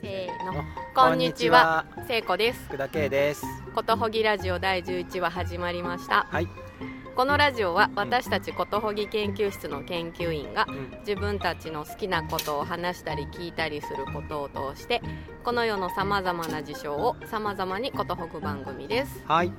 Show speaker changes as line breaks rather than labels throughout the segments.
せーのこんにちは聖子です
福田圭です
ことほぎラジオ第11話始まりました
はい、
このラジオは私たちことほぎ研究室の研究員が自分たちの好きなことを話したり聞いたりすることを通してこの世のさまざまな事象をさまざまにことほぐ番組です
はい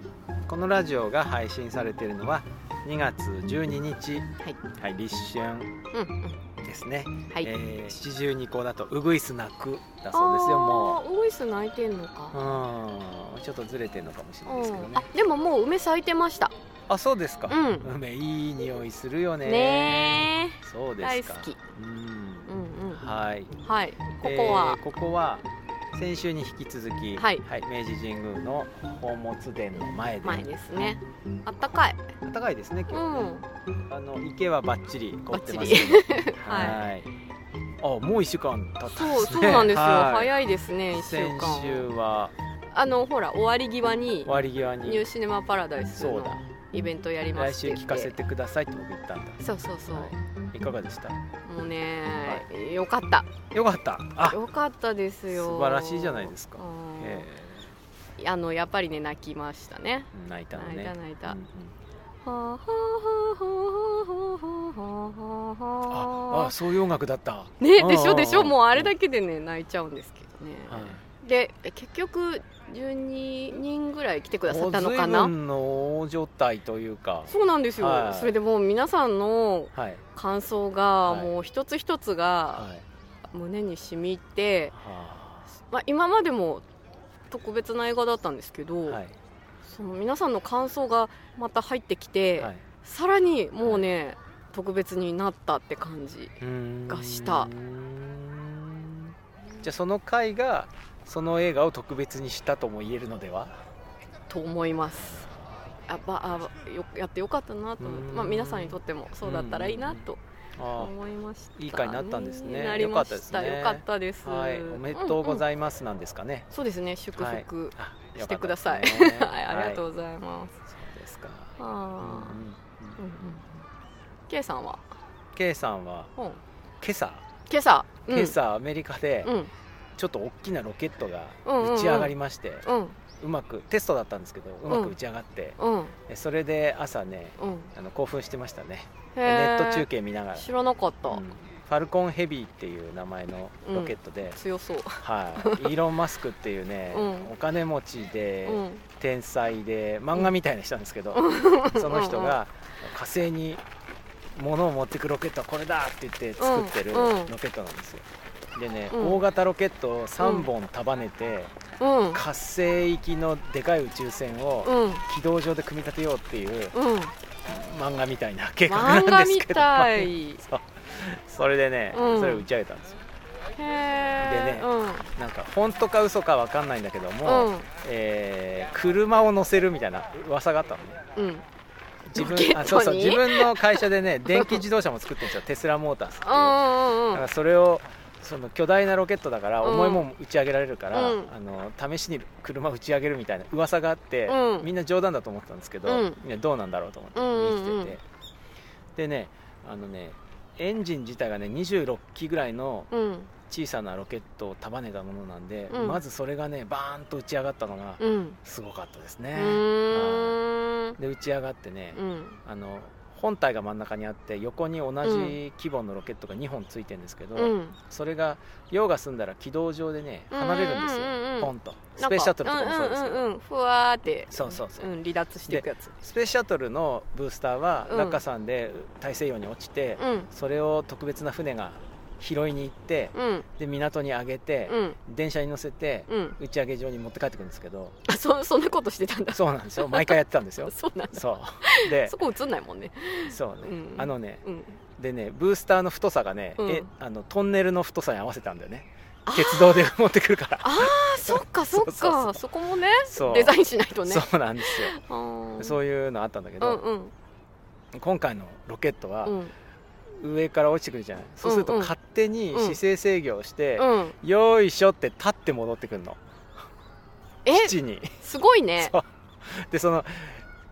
このラジオが配信されているのは2月12日
はい、
はい、立春
うんうん
ですね、
はい、
えー七十二候だとうぐいす泣くだそうですよも
うウグイス泣いてんのか
ううんちょっとずれてるのかもしれ
う
ないですけど
ん
ね
あでももう梅咲いてました
あそうですか、
うん
梅いい匂いするよね
ね
そう
え
で
大
す
好
か
き
うん
うんうん
はい
はいここは
えーここは先週に引き続き、
はい
明治神宮の宝物殿の前で
前ですねあったかい
暖かいですね
う
今日ね、
ん
あの池はバッチリ凍ってます
バ
けど
はい
はいあもう一週間経ったんで
そう
すね
そうなんですよ
はい
早いですね1週
先週
間
は
あのほら終わり際に
終わり際
ニュー
に
シネマパラダイス
そう
の
だ
イベントやりま
来
す
週
って言
聞か
っ
せ
て
てくださいって僕言ったんだ
そうそうそう、
はいいかがでした
もうね、よかった
よかったあ
よかったですよ
素晴らしいじゃないですか
うん
え
あのやっぱりね泣きましたね
ー泣いたの
泣い
ね
た泣いた、
うんうん
はあはあはあはあはあはあは
あ
あ
あそういう音楽だった
ね
うん
でしょでしょ
うん
もうあれだけでね泣いちゃうんですけどね、
はい
で結局12人ぐらい来てくださ
お
ったのかな
随分の大状態というか
そうなんですよ、
はい
それでもう皆さんの
はい
感想が
はい
もう一つ一つが
はい
胸に染み入って、
は
まあ、今までも特別な映画だったんですけ
あ
ど、
はい
その皆さんの感想がまた入ってきて、
はい
さらにもうね、特別になったって感じがした
じゃあその回がその映画を特別にしたとも言えるのでは
と思いますやっぱあよやってよかったなと思って、
うん
まあ、皆さんにとってもそうだったらいいなと
あ
思いましたね
いい回になったんですね
なりました
よ
よか
かっ
ったたです
あはいおめでとうご
んん
ざいますなんですかね、
そうですね祝
はい
福
あよ
し
か
て
った
ください、
ですね
はいありがと
は
うございます、
いそうですか
あ
う
あ
んう
う
ん
んうん K さんは、
K さんは
うん、
今朝
今朝、うん、
今朝アメリカで
うん
ちょっと大きなロケットが
うんうんうん
打ち上がりまして
うん
うまくテストだったんですけどうまく打ち上がって
うん
えそれで朝ね
うん
あの興奮してましたね
へ
ネ
ー
ット中継見ながら
知らなかった、
うんファルコンヘビーっていう名前のロケットで、
強そう、
はい、イーロン・マスクっていうね、
うん
お金持ちで、
うん
天才で漫画みたいな人なんですけど、その人が火星に物を持ってくロケットはこれだって言って作ってる
うんうん
ロケットなんですよ。でね、
うん
大型ロケットを3本束ねて、
うん
火星行きのでかい宇宙船を
うん
軌道上で組み立てようっていう
うん
漫画みたいな計画なん
漫
で
画
す
み
けど
た い
そうそれでね、
うん
それを打ち上げたんですよ
へえ
でね
うん
なんか本当か嘘かわかんないんだけども、
うん
えー車を乗せるみたいな噂があったのね
うん
自
ロケット
分
に
あそうそう自分の会社で ね電気自動車も作ってるんですよテスラモータースっていうだ
うんうん
か
うん
らそれをその巨大なロケットだから
うん
重いもん打ち上げられるから、
うん
あの試しに車打ち上げるみたいな噂があって、
うん
みんな冗談だと思ってたんですけど、
うん
みんなどうなんだろうと思って見に来て
う
て、
んうんうん
でねあのねエンジン自体がね26機ぐらいの
うん
小さなロケットを束ねたものなんで、
うん
まずそれがねバーンと打ち上がったのが
うん
すごかったです
う
ね、
ーん
で打ち上がってね、
うん
あの本体が真ん中にあって横に同じ規模のロケットが2本ついてるんですけど、
うん
それが用が済んだら軌道上でね離れるんですよ、
うんうんうんうん
ポンとスペースシャトルとかもそうですけど、
なんかうんうんうん、ふわーって
そうそうそうん
離脱していくやつ
スペースシャトルのブースターは
うん
落下山で大西洋に落ちて、
うん
それを特別な船が拾いに行って
うん
で港に上げて
う、ん
電車に乗せて、
うん
打ち上げ場に持って帰ってくるんですけど
あそそんなことしてたんだ
そうなんですよ毎回やってたんですよ
そうなんだ
そうで
そこ映んないもんね
そうね、
うん
あのね
うん
でねブースターの太さがね、
うん
えあのトンネルの太さに合わせたんだよね
あー
鉄道で持ってくるから
ああそっかそっか
そう
そ
そうそう
こもね
そう
デザインしないとね
そうなんですよ、
あー
そういうのあったんだけ
う
ど、
んうん
今回のロケットは
うん
上から落ちてくるじゃない、そうすると
うんうん
勝手に姿勢制御をして、
うん
よいしょって立って戻ってくるの
え
基地に、
すごいね
そうでその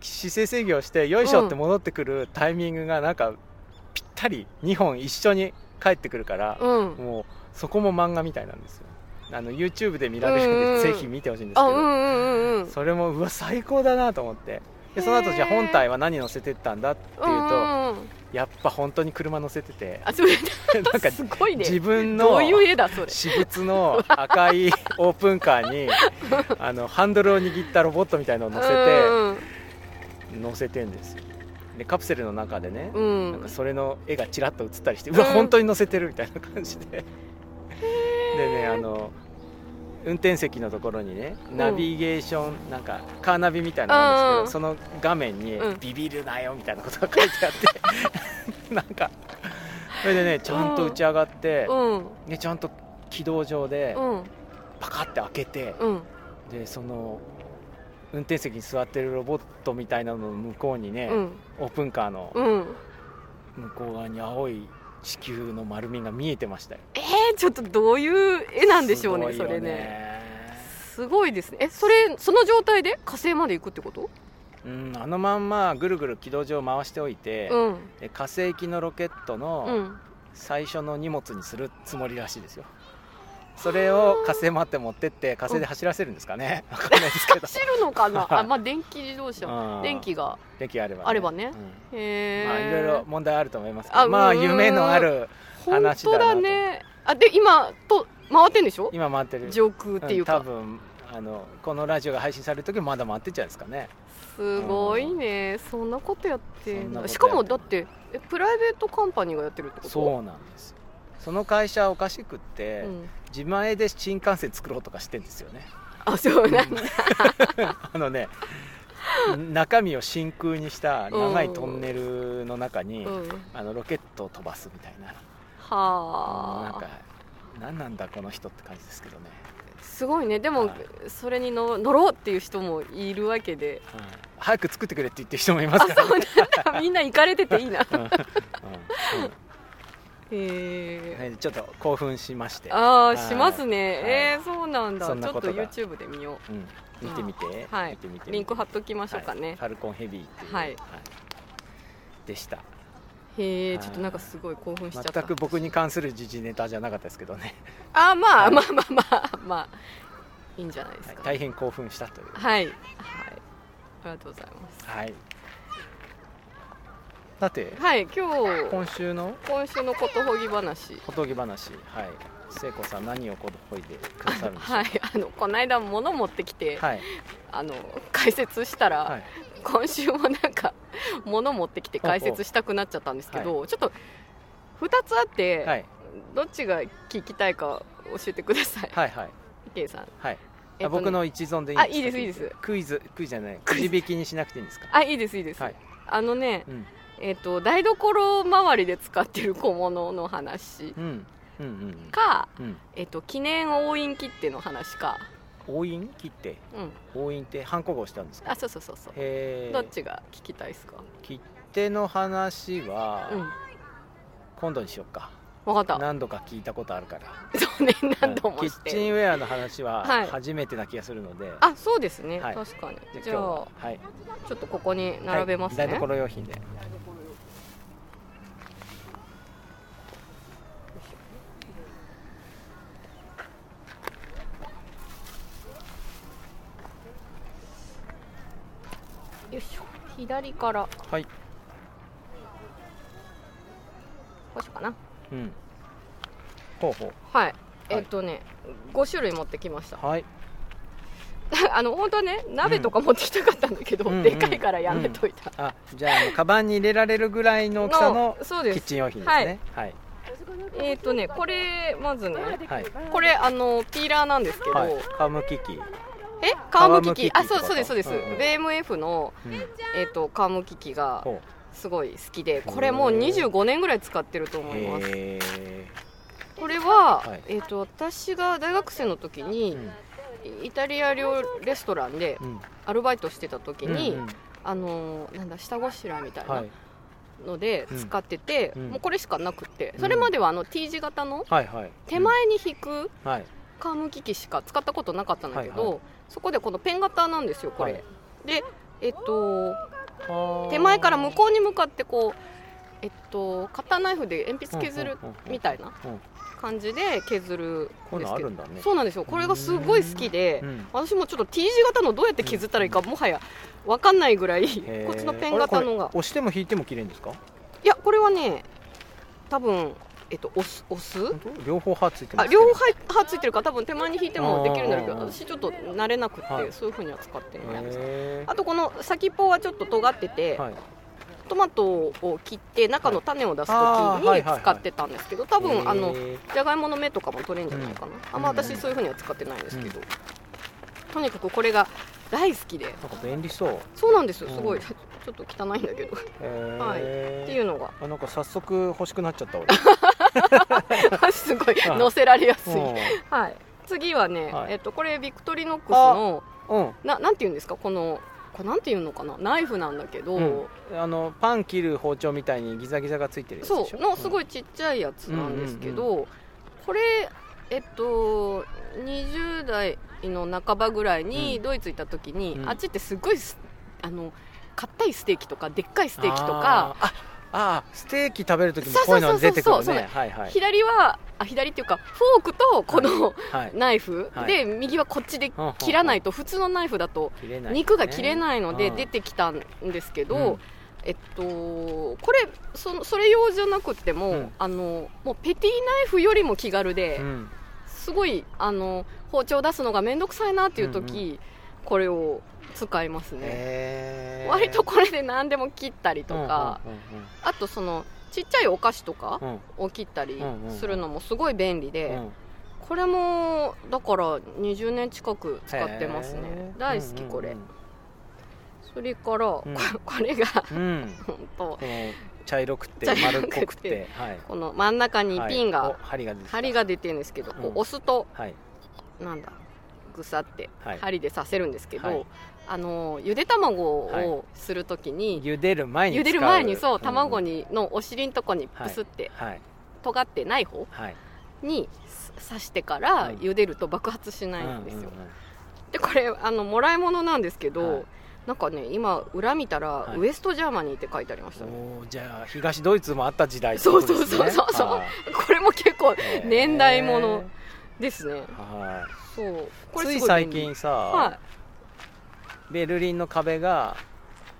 姿勢制御をしてよいしょって戻ってくるタイミングがなんかぴったり2本一緒に帰ってくるから、
うん
もうそこも漫画みたいなんですよあの YouTube で見られるんで、
うんうん
ぜひ見てほしいんですけ
あ
ど、
うんうんうんうん
それもうわ最高だなと思ってでその後じゃあ本体は何乗せてったんだっていうと、
うんうん
やっぱ本当に車乗せてて
あそれ
なんか
すごいね
自分
ど
の
ういう絵だそれ
私物の 赤いオープンカーにあのハンドルを握ったロボットみたいのを乗せて
うん
乗せてんですよでカプセルの中でね、
うん
なんかそれの絵がちらっと映ったりしてうわ、
うん
本当に乗せてるみたいな感じででねあの運転席のところにね
うん
ナビゲーション、なんかカーナビみたいなのがあるんですけど、その画面に
うん
「ビビるなよ」みたいなことが書いてあ ってなんかそれでねちゃんと打ち上がって、
うん
でちゃんと軌道上で
うん
パカって開けて、
うん
でその運転席に座ってるロボットみたいなのの向こうにね、
うん
オープンカーの
うん
向こう側に青い地球の丸みが見えてましたよ。
えー、ちょっとどういう絵なんでしょうね
す
そ
ごいよ
れねすごいですねえそれその状態で火星まで行くってこと、
うん、あのまんまぐるぐる軌道上回しておいて、
うん
で火星行きのロケット
う
の
ん
最初の荷物にするつもりらしいですよ。それを火星まで持ってって火星で走らせるんですかね、わかんないですけど
走るの かな
はい
あまあ電気自動車
うん
電気が
電気あれば、
あればね
うん
へえ
まあ、いろいろ問題あると思いますけ
あ
ど、まあ、
うんうんうん
夢のある、
本
話
当
だなと
だねあで今と回ってんでしょ
今回ってる、
上空っていうか、
うん多分あのこのラジオが配信される時まだ回ってんじゃないですかね、
すごいね、そんなことやってんだ
そんなことやってる
しかもだってえプライベートカンパニーがやってるってこと
そうなんですよその会社、おかしくって、
うん、
自前で新幹線作ろうとかしてんですよね、
あそうなんだ、
あのね、中身を真空にした長いトンネルの中に、
うん、
あのロケットを飛ばすみたいな、なん
は
か
あ、
何なんだ、この人って感じですけどね、
すごいねでも、
はい
それにの乗ろうっていう人もいるわけ で
うん早く作ってくれって言ってる人もいますからね。
みんな行かれてていいなへ
うんうんうん
え
ねちょっと興奮しまして、
あ
は
あ
い
しますね、
はい
えーそうなんだ
そんな
ちょ
こ
っと
とが
YouTube で見よ
うん、見てみて、
うはい
見てみて
リンク貼っときましょうか
はい
ね、
ファルコンヘビーっていう、
はい
でした
へえ
はい
ちょっとなんかすごい興奮しちゃった
全く僕に関する時事ネタじゃなかったですけどね、
あーまあ
はい
まあまあまあまあいいんじゃないです
はい
か
大変興奮したという
はい、はい、ありがとうございます
はいさて
はい今日
今週の
今週のことほぎ話
おとぎ話はい聖子さん何をこほいでくださるんでしょう
はいあのこの間物持ってきて、
かはい
あの解説したら、
はい
今週もなんか物持ってきて解説したくなっちゃったんですけど、ちょっと2つあって、
はい
どっちが聞きたいか教えてください、
はいはい
ケイさん、
はい
えっとね
僕の一存でいいんですか
あいいですいいです
クイズクイズじゃない
ク
く
イズ
じ引きにしなくていいんですか
あいいですいいです、
はい
あのね、
うん
えっと台所周りで使ってる小物の話
うんうんうん
か、
うんうん
えっと記念応印切手の話か、
押印切って
うん、
押印ってハンコが押したんですか
あそうそうそうそう
へえ
どっちが聞きたいですか
切手の話は
うん
今度にしようか、
分かった
何度か聞いたことあるから
そうね何度も
キ
し
ッチ
て
ンウェアの話は
はい
初めてな気がするので、
あそうですね、
はい
確かに
じゃあ今
じ
日
ゃ
は
あ、
はい、
ちょっとここに並べますね、
はい台所用品で
よいしょ左からこ
はいう
しようかなん
ほうほ
はいえっとね、5種類持ってきました
うはい
あの本当はね鍋とか持ってきたかったんだけど、
うん
でかいからやめといた、
あじゃああ のカバンに入れられるぐらいの大きさの
そう
キ
で
ッ
す
チン用品ですねはい
えっ、とねこれまずね
はい
これあのピーラーなんですけど、
はい皮むき器、
え皮むき
皮むき器
器あそうそうですそうです、
うんうん
BMF の、
うん、
えっと皮むき器が
ほ
すごい好きでこれもう25年ぐらい使ってると
う
思います
へ
これは、
はい
えっと私が大学生の時
え
に、イタリア料レストランで
うんうん
アルバイトしてた時に、
うんうん
あのーなんだ下ごしらえみたい
は
ないので
うん
使ってて、
うん
もうこれしかなくて、
うん
それまではあの T 字型の
はいはい
手前に引く
うんはい
皮むき器しか使ったことなかったんだけど、
はいは
そこでこのペン型なんですよこれ、
はい
でえっと
手
手前から向こうに向かってこうえっとカッターナイフで鉛筆削るみたいな感じで削る
こういうのあるん
だ
だね
そうなんですよこれがすごい好きで、
うん
私もちょっと T 字型のどうやって削ったらいいかもはや分かんないぐらい
へー
こっちのペン型の
あれ
が
これ押しても引いても切れるんですか
いやこれはね多分えっと押す押す
本当両方歯ついてま
あ
す
両方歯ついてるから多分手前に引いてもできるんだろうけど
あー
私ちょっと慣れなくって、
はい
そういうふうには使ってないです
へー
あとこの先っぽはちょっと尖ってて、
はい
トマトを切って中の種を出す時
はいあーはい
に
はいはい
使ってたんですけど多
へ
分
ー
あのじゃがいもの芽とかも取れるんじゃないかな、あんま私そういうふうには使ってないんですけど、とにかくこれが大好きで
なんか便利そう
そうなんですよ
うん
すごい ちょっと汚いんだけどっはい
って
いうのが
あなんか早速欲しくなっちゃった俺
すごい
はい
乗せられやすい、
う
はい、次はね、
はい
えっと、これビクトリノックスの
んうん
ななんて言うんですかこのこれなんて言うのかなナイフなんだけど、
うん、あのパン切る包丁みたいにギザギザがついてるやつで
そ
しょ
うのすご
い、
いちっちゃいやつなんですけど、これえっと20代の半ばぐらいに
うん
ドイツ行った時に、
うん
あっちってすごいすあの硬いステーキとかでっかいス
ス
テーキとか
ああーステーキ食べる時も
そう
こう
そ
いうう
そ
の
うそう
に出てくる
そうそう
ねはいはい
左はあ左っていうかフォークとこの、
はい
ナイフ、
はい
で右はこっちで
うん
切らないと普通のナイフだと
切れないね
肉が切れないので
うん
出てきたんですけど、
うん
えっと、これそのそれ用じゃなくても,、
うん
あのもうペティナイフよりも気軽で、
うん
すごいあの包丁出すのが面倒くさいなっていう時、
うん
これを使いますね、
へー
割とこれで何でも切ったりとか、
うん
あとそのちっちゃいお菓子とか
うんうん
を切ったり
うんうんうん
するのもすごい便利で、
うんうん
これもだから20年近く使ってますね
へー
大好きこれ、
うん
それから、ここれが
うんうんうん
本当
この茶色くて
茶色
丸
く
ってこくてはい
この真ん中にピンが、
はいお針が出てきた
針が出てるんですけど、こ
うん
う押すと
はい
なんだぐさって
はい
針で刺せるんですけど、
はい
あのゆで卵
はい
をするときに、
茹でる前に使
茹
う
でる前にそうん卵にのお尻のとこにプスって、
はい
尖ってない方
はい
にす刺してから
うん
茹でると爆発しないんですよ、
うんうんうん
でこれあのもらい物なんですけど、
はい
なんかね今裏見たら、
はい
ウエストジャーマニーって書いてありましたね
おーじゃあ東ドイツもあった時代ってことですね
そうそうそうそう
はい
これも結構
へー
年代ものですね
は
そうこ
い
れすご
つい
い
最
便利
近さ、
はい
ベルリンの壁が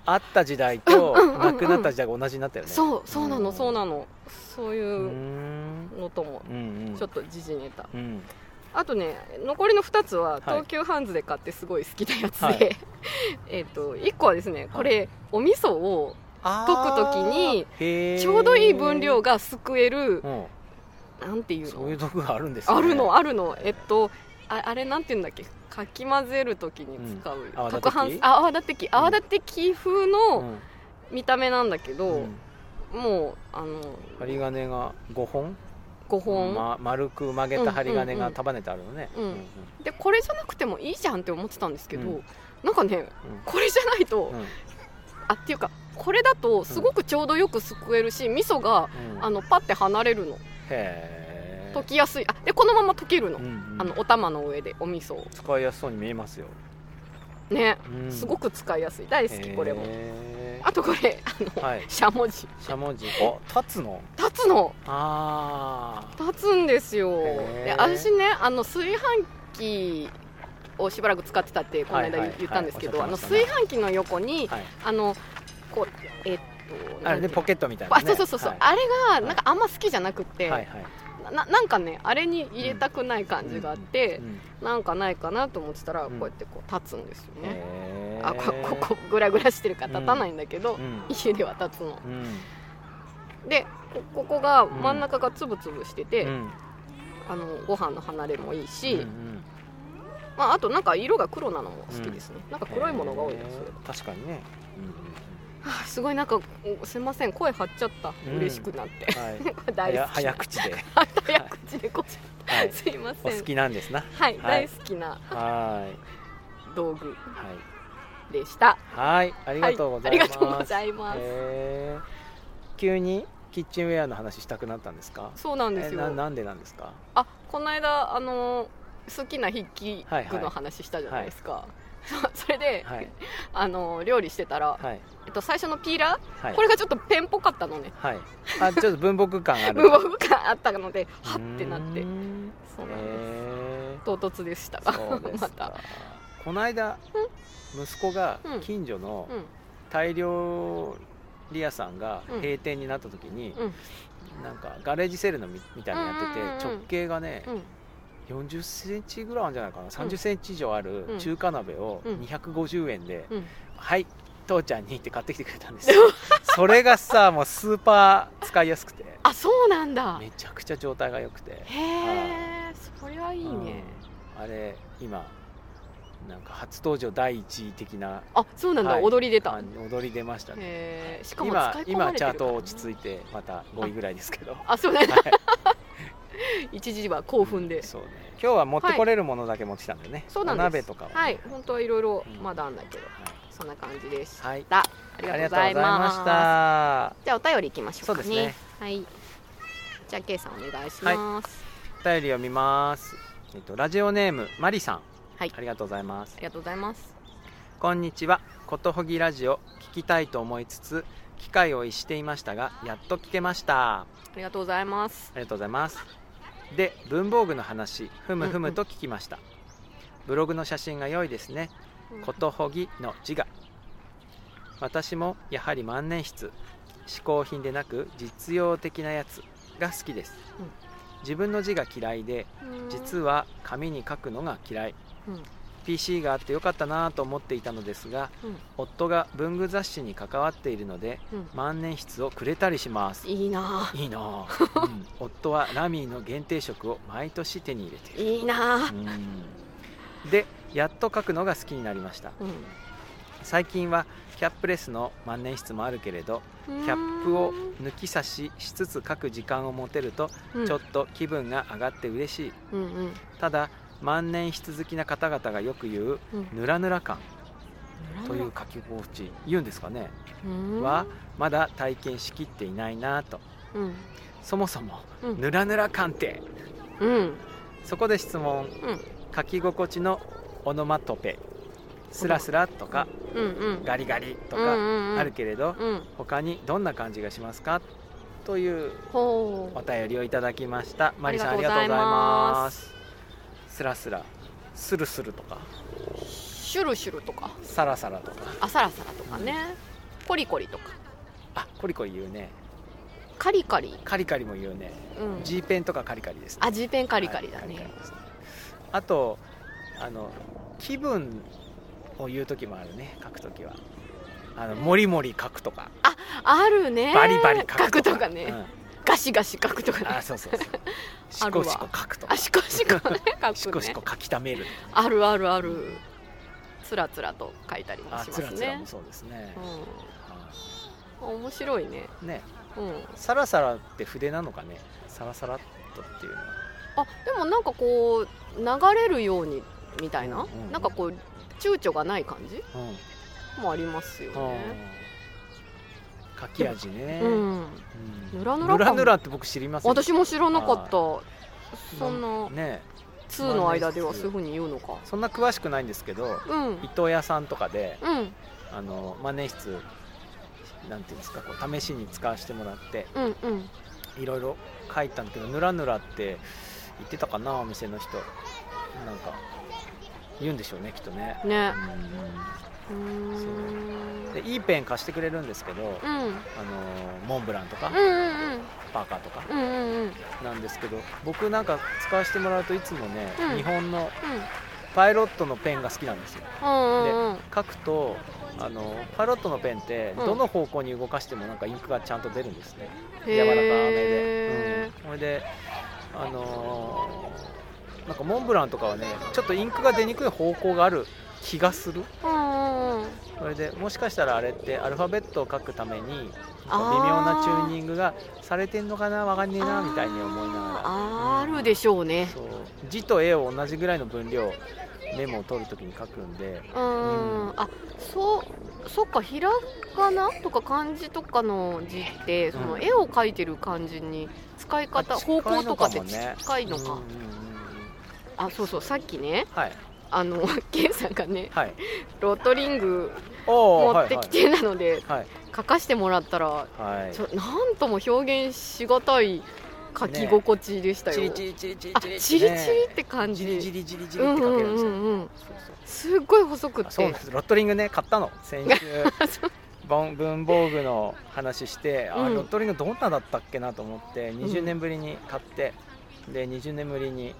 あった時代となくなった時代が同じになったよね
そうそうなのそうな
の
のそう
うー
いうんのとも
うんうん
ちょっと時事ネタ
うん
あとね残りの2つは東急ハンズで買ってすごい好きなやつで、
はい
えっと1個はですねこれお味噌を
あ
溶く時に
に
ちょうどいい分量がすくえるなんていう
そう
の
いう道具があるんですね
あるのあるのえっとああれなんていうんだっけかき混ぜる時に使う、
泡
攪
立て器
拌すあ泡立て器泡立て器風
う
の
ん
見た目なんだけ
う
ど、
ん
もうあの
針金が5本
5本、
ま、丸く曲げた針金が束ねてあるのね、
うんうんでこれじゃなくてもいいじゃんって思ってたんですけど、
うん
なんかねこれじゃないと、
うん
あっていうかこれだとすごくちょうどよくすくえるし味噌が
うん
あのパッて離れるの
へー
溶きやすいあでこのまま溶けるの,、
うんうん
あのお玉の上でお味噌を
使いやすそうに見えますよ、
ね
うん
すごく使いやすい大好きこれも
へー
あとこれあの、
はい
しゃもじ
しゃもじお立つの
立つの
あ
立つんですよ
へー
で私ねあの炊飯器をしばらく使ってたってこの間
はいはい
言ったんですけど、
はいおっしゃ
あ
っ
の
てまし
炊
た
飯器の横に、
ー、はい、
あのこうえっと
あ
な
れ
んてい
ね
うの
ポケットみたいな、
あ
ね、
そうそうそうそう、
はい
あれがなんかあんま好きじゃなくって、
はいはい
ななんかねあれに入れたくない感じがあって、
うん
なんかないかなと思ってたら
う
こ
ん
うやってこう立つんですよね、
へー
あこここグラグラしてるから立たないんだけど、
うん
家では立つの
うん
でこここが真ん中がつぶつぶしてて、
うん
あのご飯の離れもいいし、
うんうん
まあ、あとなんか色が黒なのも好きですね、なんか黒いものが多いです
へー確かにね、うんうん
はあすごいなんかおすいません声張っちゃった、
うん
嬉しくなって
うん
これ
は
大
いはや
好き
早口で、
早口でこっち
はい、
すいま
お
せん
好きなんですな
はい、
はい
大好きな
は
道具
ーいはい
でした。
はいありがとうござい
は
ます、
ありがとうございます。
へー急にキッチンウェアの話したくなったんですか
そうなんです
えな
よ。
なんでなんですか
あ、この間あの好きな筆記具の話したじゃないですか。そそれで、
はい
あの料理してたら、
はい
えっと、最初のピーラー、
はい
これがちょっとペンっぽかったのね
はいあちょっと文房具感ある
無謀感あったのではってなって
うーん
そうなんです、
へ
唐突でした
ー
が
そうです
ま
か
た、
この間息子が
うん
近所の
うん、
タイ料理屋さんが
うん
閉店になった時に、
うん
なんかガレージセールのみみたいにやってて、
うんうんうんうん
直径がね、
うん
40センチぐらいあるんじゃないかな30センチ以上ある
うん
中華鍋を
うん
250円で、
うん
はい父ちゃんにって買ってきてくれたんですよ それがさもうスーパー使いやすくて
あそうなんだ
めちゃくちゃ状態が良くて
へえそりゃいいね、
うんあれ今なんか初登場第1位的な
あそうなんだ、
はい
踊り出た
あの踊り出ましたね
へえしかも
今
使い込ま
今
れてる
チャート落
着
ち着いてまた5位ぐらいですけど
あそうね、
は
一時は 興奮で、
そうね今日は持ってこれるものだけ持ってきたんでね、
そうなんです
お鍋とかはね
はい本当はいろいろ
うん
まだあんだけど、
はい
そんな感じでした、
はい
ありがとうござい
ありが
ま
とう
す
ございまし
じゃあお便りいきましょうかね
そうですね
はいじゃあ K さんお願いします、
たお便りを見ます、えっと、ラジオネームマリさん、
はい
ありがとうございます
ありがとうございます
こんにちはことほぎラジオ聞きたいと思いつつ機会を逸していましたがやっと聞けましたあ
ありがとうございます
りがとうございますで文房具の話ふむふむと聞きました、ブログの写真が良いですねことほぎの字が私もやはり万年筆嗜好品でなく実用的なやつが好きです、
うん
自分の字が嫌いで
うん
実は紙に書くのが嫌い、
うん
PC があってよかったなぁと思っていたのですが、
うん
夫が文具雑誌に関わっているので、
うん
万年筆をくれたりします
いいない
いなぁ、うん夫はラミーの限定色を毎年手に入れている
いいな
うんでやっと書くのが好きになりました
うん
最近はキャップレスの万年筆もあるけれど
キ
キャップを抜き差ししつつ書く時間を持てるとちょっと気分が上がって嬉しい
うんうん
ただ万年筆好きな方々がよく言う
うん
ぬらぬら感という書き心地言うんですかね
うん
はまだ体験しきっていないなぁと
うん
そもそも
うん
ぬらぬら感って
うん
そこで質問、
うん
書き心地のオノマトペスラスラとか
うんうん
ガリガリと
うん
か
うんうん
あるけれど
うん
他にどんな感じがしますかという
ほ
お便りをいただきましたマリさんあ
あ
り
り
が
が
と
と
う
う
ござ
ござ
い
い
ま
ます
スラスラスルスルとか
うシュルシュルとか
サラサラとか
あサラサラとかねコリコリとか
あコリコリ言うね
カリカリ
カリカリも言うね
うん
G ペンとかカリカリですね
あ G ペンカリカリだ
はいカ
ね
リですあとあの気分を言う時もあるね書く時はあのモリモリ書くとか
あるね
バリバリ書
書
く
く
と
と
か
か
う
ね
ん
ガシガシ書くとかね
あそうそうそう
あ
シ
る
コ
わ
シコ書くとか
あシコシコね
シ
書
コ
く
シ
ね
コ書きためる
あるあるあるつらつらと書いたりも
あ
しま
つら
す
つら
ね
もそうですね
うん面白いね
はいね
うん
サラサラって筆なのかねサラサラっとっていうのは
あでもなんかこう流れるようにみたいな
うんうん
なんかこう躊躇がない感じ
うん
もありますよね
書き味ね
うん
うん
ぬらぬら感
ぬらぬらって僕知りません
私も知らなかったそんな
ね
2の間ではそういうふうに言うのか
そんな詳しくないんですけど
うん
伊藤屋さんとかで
うん
あの万年筆なんていうんですかこう試しに使わせてもらって
うんうん
いろいろ書いたんだけどぬらぬらって言ってたかなお店の人なんか言うんでしょうねきっとね、
ね
う
うー
ん
ん
でいいペン貸してくれるんですけど、
うんうん
あのモンブランとか、
うん
パーカーとか
うんうんうんうんうん
なんですけど僕なんか使わせてもらうといつもね、
うん
日本のパイロットのペンが好きなんですよ
うんうん
書くとあのパイロットのペンって
うん
どの方向に動かしてもなんかインクがちゃんと出るんですね、
へー
柔らかめで、うん、それであのーなんかモンブランとかはねちょっとインクが出にくい方向がある気がする
うんうんうん
それでもしかしたらあれってアルファベットを書くために微
あー
妙なチューニングがされてんのかなわかんねえなみたいに思いながら
あるでしょうね
そう字と絵を同じぐらいの分量メモを取るときに書くんで
うんあそうそっかひらがなとか漢字とかの字ってその絵を描いてる感じに使い方
あ
方向とかって
近いのかもね
近いのか
うんうんうんうん
あそうそうさっきね
はい
あの K さんがね
はい
ロットリング
おー
持ってきてなので、
はい
書かしてもらったら
はい、はい
ちょなんとも表現しがたい書き心地でしたよ、
チリチリチリチリ
あ
チ
チ
リ
リチリって感じ
チリチリチリチ
う
リっ
ん
て
う
か
ん
けるんで
う
すよ、
んうん
そうそう
すっごい細く
あ
て
そうなんですロットリングね買ったの先週文文房具の話して、あ
うん
ロットリングどんなだったっけなと思って
ん
20年ぶりに買って、で20年ぶりに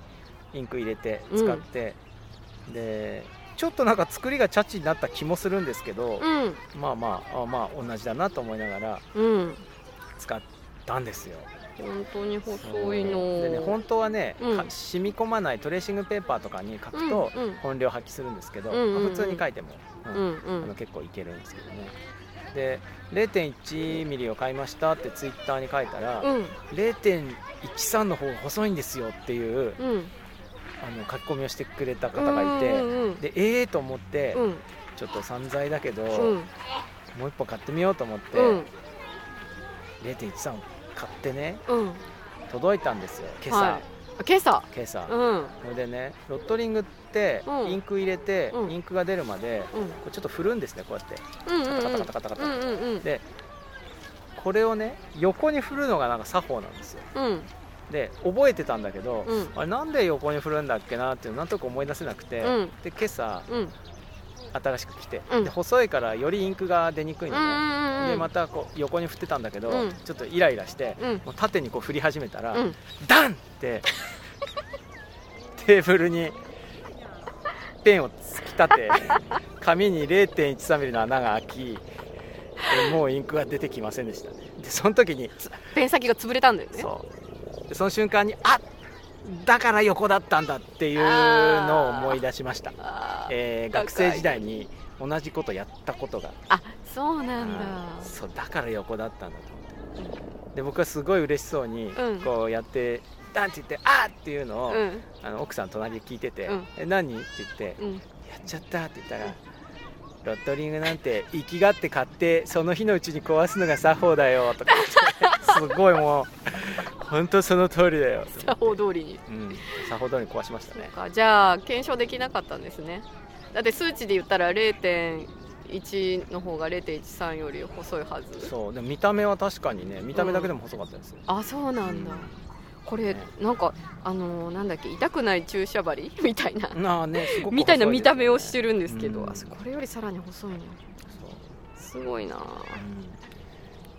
インク入れて使って、でちょっとなんか作りがチャッチになった気もするんですけど、
うん
まあまああまあ同じだなと思いながら
うん
使ったんですよ
本当に細いの
でね本当はね、
うん
か染み込まないトレーシングペーパーとかに書くと
うんうん
本領発揮するんですけど、
うんうんうん
まあ普通に書いても、うん
うんう
あの
ん
結構いけるんですけどねで0.1ミリを買いましたってツイッターに書いたら、
うん
0.13の方が細いんですよっていう
うん
あの書き込みをしてくれた方がいて、
うんうん
でええと思って、
うん
ちょっと散財だけど、
うんうん
もう一本買ってみようと思って、
うん
0.13買ってね
うん
届いたんですよ今朝、
はいあ今朝
今朝、
うん
それでねロットリングって
うん
インク入れて、
うん
インクが出るまで
うん
こうちょっと振るんですねこうやって
うんうん
カタ
う
カ
ん
タカタカタカタ、
うんうんうん
でこれをね横に振るのがなんか作法なんですよ
うん
で覚えてたんだけど、
うん
あれなんで横に振るんだっけなっていうのなんとなく思い出せなくて、
うん
で今朝
うん
新しく来て、
うん
で細いからよりインクが出にくいの
うん
ね、
うんうん
でまたこう横に振ってたんだけど、
うん
ちょっとイライラして、
うん
もう縦にこう振り始めたら、
うん
ダンってテーブルにペンを突き立て紙に0 1 3ミリの穴が開きえもうインクが出てきませんでしたでその時につ
ペン先が潰れたんだよね
そうでその瞬間にあだから横だったんだっていうのを思い出しました、
あー
えー
高い
学生時代に同じことやったことが
あそうなんだ
うんそうだから横だったんだと思って、で僕はすごい嬉しそうに
うん
こうやって、ダンって言って「あーっていうの
う
を、
ん
あの奥さん隣で聞いてて「
うん
え何?」って言って
う
「
ん
やっちゃった」って言ったら「ロットリングなんて生きがって買ってその日のうちに壊すのが作法だよ」と か言ってすごいもう本当その通りだよと
作
思
法
って
通りに
うん、作法通り壊しました
そう
ね
かじゃあ検証できなかったんですねだって数値で言ったら0.1の方が0.13より細いはず
そうでも見た目は確かにね見た目だけでも細かったんですよ、
あそうなんだこれ
ね
なんかあのーなんだっけ痛くない注射針 みたいな
なあねすごく細
み
いですよね
たいな見た目をしてるんですけど、
うん
あこれよりさらに細いの
そう
すごいな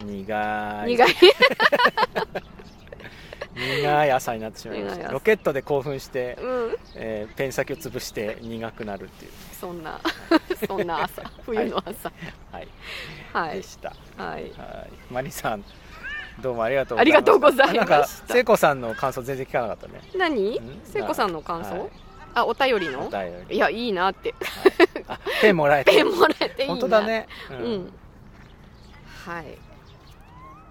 うん苦い
苦い
苦い朝になってしまいま
苦
し
い
た
朝
ロケットで興奮して、
うん
えーペン先を潰して苦くなるっていう、
そん なそんな朝冬の朝
はい
は
で
い
した
はい
はいマリさんどうもありがとう
ありがとうございました
あなんか聖子さんの感想全然聞かなかったね
何
うん
聖子さんの感想、
はい
あお便りの
お便り
いやいいなって
あペンもらえて
ペンもらえていいな
本当だね、う
うん、はい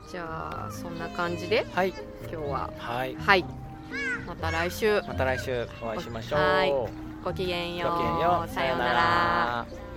じゃあそんな感じで
はい
今日は
はい
はいまた来週
また来週お会いしましょう
はいごきげんよう
ごきげんよう
さようなら
ら